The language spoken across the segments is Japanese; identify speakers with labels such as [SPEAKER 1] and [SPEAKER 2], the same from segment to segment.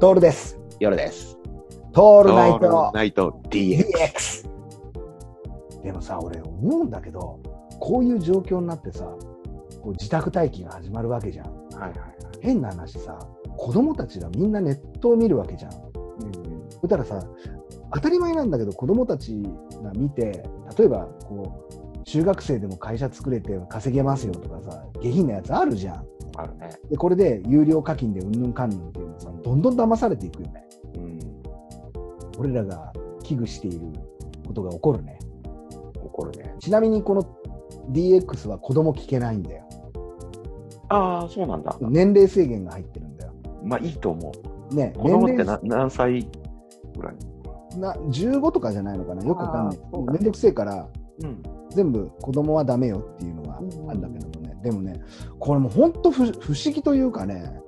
[SPEAKER 1] トールです。
[SPEAKER 2] 夜です。
[SPEAKER 1] ト
[SPEAKER 2] オ
[SPEAKER 1] ールナイト
[SPEAKER 2] ナイト DX。
[SPEAKER 1] DX。でもさ、俺思うんだけど、こういう状況になってさ、こう自宅待機が始まるわけじゃん。
[SPEAKER 2] はいはい。
[SPEAKER 1] 変な話さ、子供たちがみんなネットを見るわけじゃん。そしたらさ、当たり前なんだけど、子供たちが見て、例えばこう、中学生でも会社作れて稼げますよとかさ、下品なやつあるじゃん。
[SPEAKER 2] あるね。
[SPEAKER 1] で、これで有料課金でうんぬんかんぬんっていうのはさ、どんどん騙されていくよね。
[SPEAKER 2] うん。
[SPEAKER 1] 俺らが危惧していることが起こるね。
[SPEAKER 2] 怒るね。
[SPEAKER 1] ちなみにこの DX は子供聞けないんだよ。
[SPEAKER 2] ああ、そうなんだ。
[SPEAKER 1] 年齢制限が入ってるんだよ。
[SPEAKER 2] まあいいと思う。
[SPEAKER 1] ね、
[SPEAKER 2] 子供って
[SPEAKER 1] 年
[SPEAKER 2] な
[SPEAKER 1] 齢
[SPEAKER 2] 何歳ぐらい
[SPEAKER 1] な15とかじゃないのかな、よくわかんない
[SPEAKER 2] あーそう。か
[SPEAKER 1] めんどくせえから、
[SPEAKER 2] うん。
[SPEAKER 1] 全部子供はダメよっていうのがあるんだけどもね、でもね、これも本当不不思議というかね、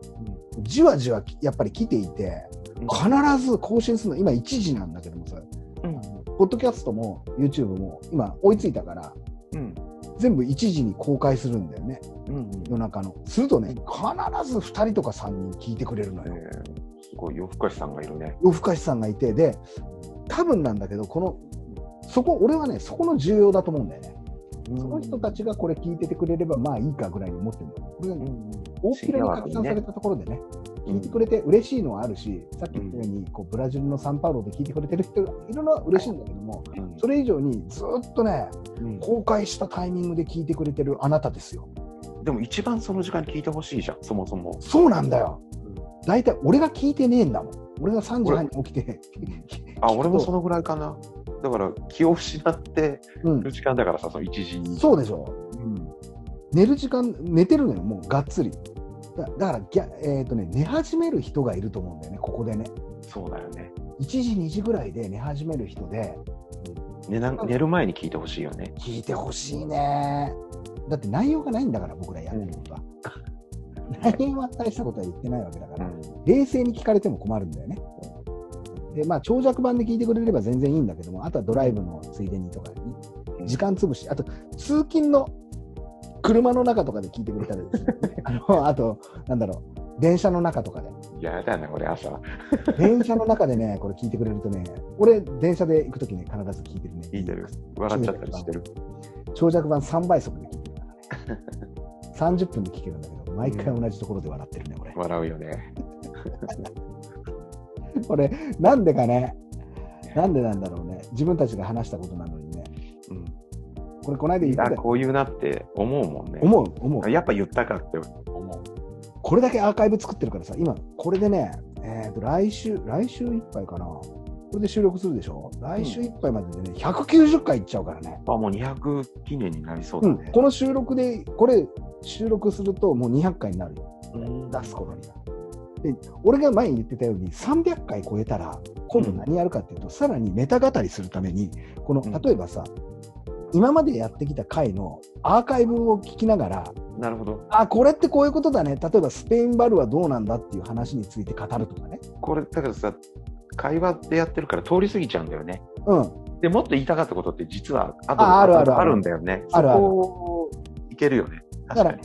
[SPEAKER 1] じわじわきやっぱり来ていて、必ず更新するの、今1時なんだけどもさ、
[SPEAKER 2] うん。
[SPEAKER 1] ポッドキャストも YouTube も今追いついたから、
[SPEAKER 2] うん。
[SPEAKER 1] 全部1時に公開するんだよね。
[SPEAKER 2] うん。
[SPEAKER 1] 夜中のするとね必ず2人とか3人聞いてくれるの
[SPEAKER 2] え
[SPEAKER 1] よ
[SPEAKER 2] ーすごい、夜更かしさんがいるね。
[SPEAKER 1] 夜更かしさんがいてで多分なんだけどこのそこ俺はねそこの重要だと思うんだよねその人たちがこれ聞いててくれればまあいいかぐらいに思ってるのこれが
[SPEAKER 2] う
[SPEAKER 1] ね
[SPEAKER 2] ん、
[SPEAKER 1] 大っぴらに拡散されたところでね聞いてくれて嬉しいのはあるしさっき言ったようにこうブラジルのサンパウロで聞いてくれてる人がいるのは嬉しいんだけども
[SPEAKER 2] うん
[SPEAKER 1] それ以上にずっとね
[SPEAKER 2] うん
[SPEAKER 1] 公開したタイミングで聞いてくれてるあなたですよ
[SPEAKER 2] でも一番その時間聞いてほしいじゃん、そもそも。
[SPEAKER 1] そうなんだよ
[SPEAKER 2] うん
[SPEAKER 1] 大体俺が聞いてねえんだもん俺が3時半に起きて
[SPEAKER 2] あ、俺もそのぐらいかな。だから気を失って
[SPEAKER 1] うん
[SPEAKER 2] る時間だからさ、その1時に。
[SPEAKER 1] そうでしょ寝る時間寝てるのよもうがっつりだだからぎゃ、えーとね、寝始める人がいると思うんだよねここでね
[SPEAKER 2] そうだよね。
[SPEAKER 1] 1時2時ぐらいで寝始める人で
[SPEAKER 2] 寝な寝る前に聞いてほしいよね。
[SPEAKER 1] 聞いてほしいねだって内容がないんだから僕らやってることは、内容は大したことは言ってないわけだから、冷静に聞かれても困るんだよねでまあ長尺版で聞いてくれれば全然いいんだけどもあとはドライブのついでにとかに時間潰し、あと通勤の車の中とかで聞いてくれた らいいですねあのあと、なんだろう、電車の中とかで、
[SPEAKER 2] いややだよね、これ朝。
[SPEAKER 1] 電車の中でね、 これ聞いてくれるとね、俺、電車で行くときね、必ず聞いてるね。
[SPEAKER 2] 聞いてる。笑っちゃったりしてる。
[SPEAKER 1] 長尺版3倍速で聞いてる からね。30分で聞けるんだけど、毎回同じところで笑ってるね、俺。
[SPEAKER 2] 笑うよね。
[SPEAKER 1] これ、なんでかね、なんでなんだろうね、自分たちが話したことなのにね、
[SPEAKER 2] うん、
[SPEAKER 1] これ、この間言って
[SPEAKER 2] あ
[SPEAKER 1] た
[SPEAKER 2] こういうなって思うもんね。
[SPEAKER 1] 思う、思う。
[SPEAKER 2] やっぱ言ったかって思
[SPEAKER 1] これだけアーカイブ作ってるからさ、今、これでね、えー、と来週、来週いっぱいかな、これで収録するでしょ、来週いっぱいまででね、190回いっちゃうからね、
[SPEAKER 2] う。あもう200記念になりそう
[SPEAKER 1] う
[SPEAKER 2] だ
[SPEAKER 1] ん
[SPEAKER 2] ね。
[SPEAKER 1] この収録で、これ、収録するともう200回になるよ、
[SPEAKER 2] うん
[SPEAKER 1] 出す頃には。で、俺が前に言ってたように、300回超えたら、今度何やるかっていうと、さらにネタ語りするために、この
[SPEAKER 2] うん
[SPEAKER 1] 例えばさ、今までやってきた回のアーカイブを聞きながら、
[SPEAKER 2] なるほど。
[SPEAKER 1] あこれってこういうことだね例えばスペインバルはどうなんだっていう話について語るとかね
[SPEAKER 2] これ、だからさ、会話でやってるから通り過ぎちゃうんだよね。
[SPEAKER 1] うん
[SPEAKER 2] でもっと言いたかったことって実は後で
[SPEAKER 1] ああるあるある
[SPEAKER 2] あるんだよね。
[SPEAKER 1] あるある
[SPEAKER 2] そこいけるよね。確かに。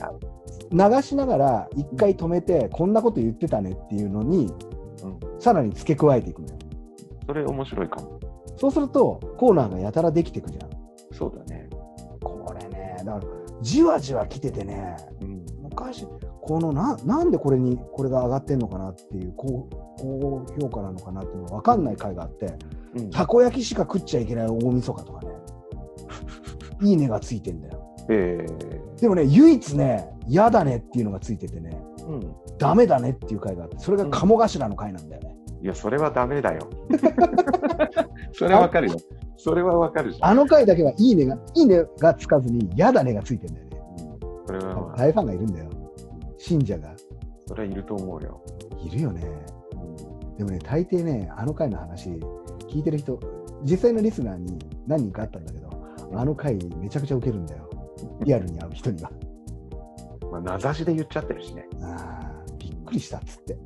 [SPEAKER 1] 流しながら一回止めてこんなこと言ってたねっていうのに
[SPEAKER 2] うん、
[SPEAKER 1] さらに付け加えていくのよ
[SPEAKER 2] それ面白いかも。
[SPEAKER 1] そうするとコーナーがやたらできてくじゃん
[SPEAKER 2] そうだね。
[SPEAKER 1] これねだからじわじわ来ててね
[SPEAKER 2] うん。
[SPEAKER 1] 昔このななんでこれにこれが上がってんのかなっていう高高評価なのかなっていうのが分かんない回があって
[SPEAKER 2] うん、
[SPEAKER 1] たこ焼きしか食っちゃいけない大晦日とかねいいねがついてんだよ
[SPEAKER 2] え
[SPEAKER 1] でもね、唯一ね、嫌だねっていうのがついててね、
[SPEAKER 2] ー、うん。
[SPEAKER 1] ダメだねっていう回があって、それが鴨頭の回なんだよね。
[SPEAKER 2] いや、それはダ メだよ。それはわかるよ。それはわかるじゃん。
[SPEAKER 1] あの回だけは、いいねが、いいねがつかずに、嫌だねがついてんだよね。
[SPEAKER 2] それは、まあ、
[SPEAKER 1] 大ファンがいるんだよ。信者が。
[SPEAKER 2] それはいると思うよ。
[SPEAKER 1] いるよね。でもね、大抵ね、あの回の話、聞いてる人、実際のリスナーに何人かあったんだけど、あの回、めちゃくちゃウケるんだよ。リアルに会う人には。
[SPEAKER 2] まあ、名指しで言っちゃってるしね。
[SPEAKER 1] あーびっくりしたっつって。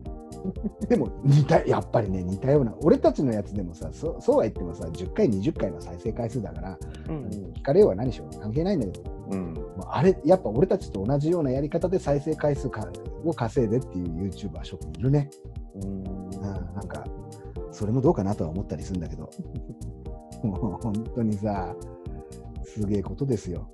[SPEAKER 1] でも似たやっぱりね似たような俺たちのやつでもさそそうは言ってもさ10回20回の再生回数だから、
[SPEAKER 2] うん。
[SPEAKER 1] 聞かれようは何しよう関係ないんだけど
[SPEAKER 2] うん。
[SPEAKER 1] もうあれやっぱ俺たちと同じようなやり方で再生回数かを稼いでっていう YouTuber 諸君いるね
[SPEAKER 2] うん
[SPEAKER 1] うんなんか、それもどうかなとは思 ったりするんだけど、もう本当にさ、すげえことですよ。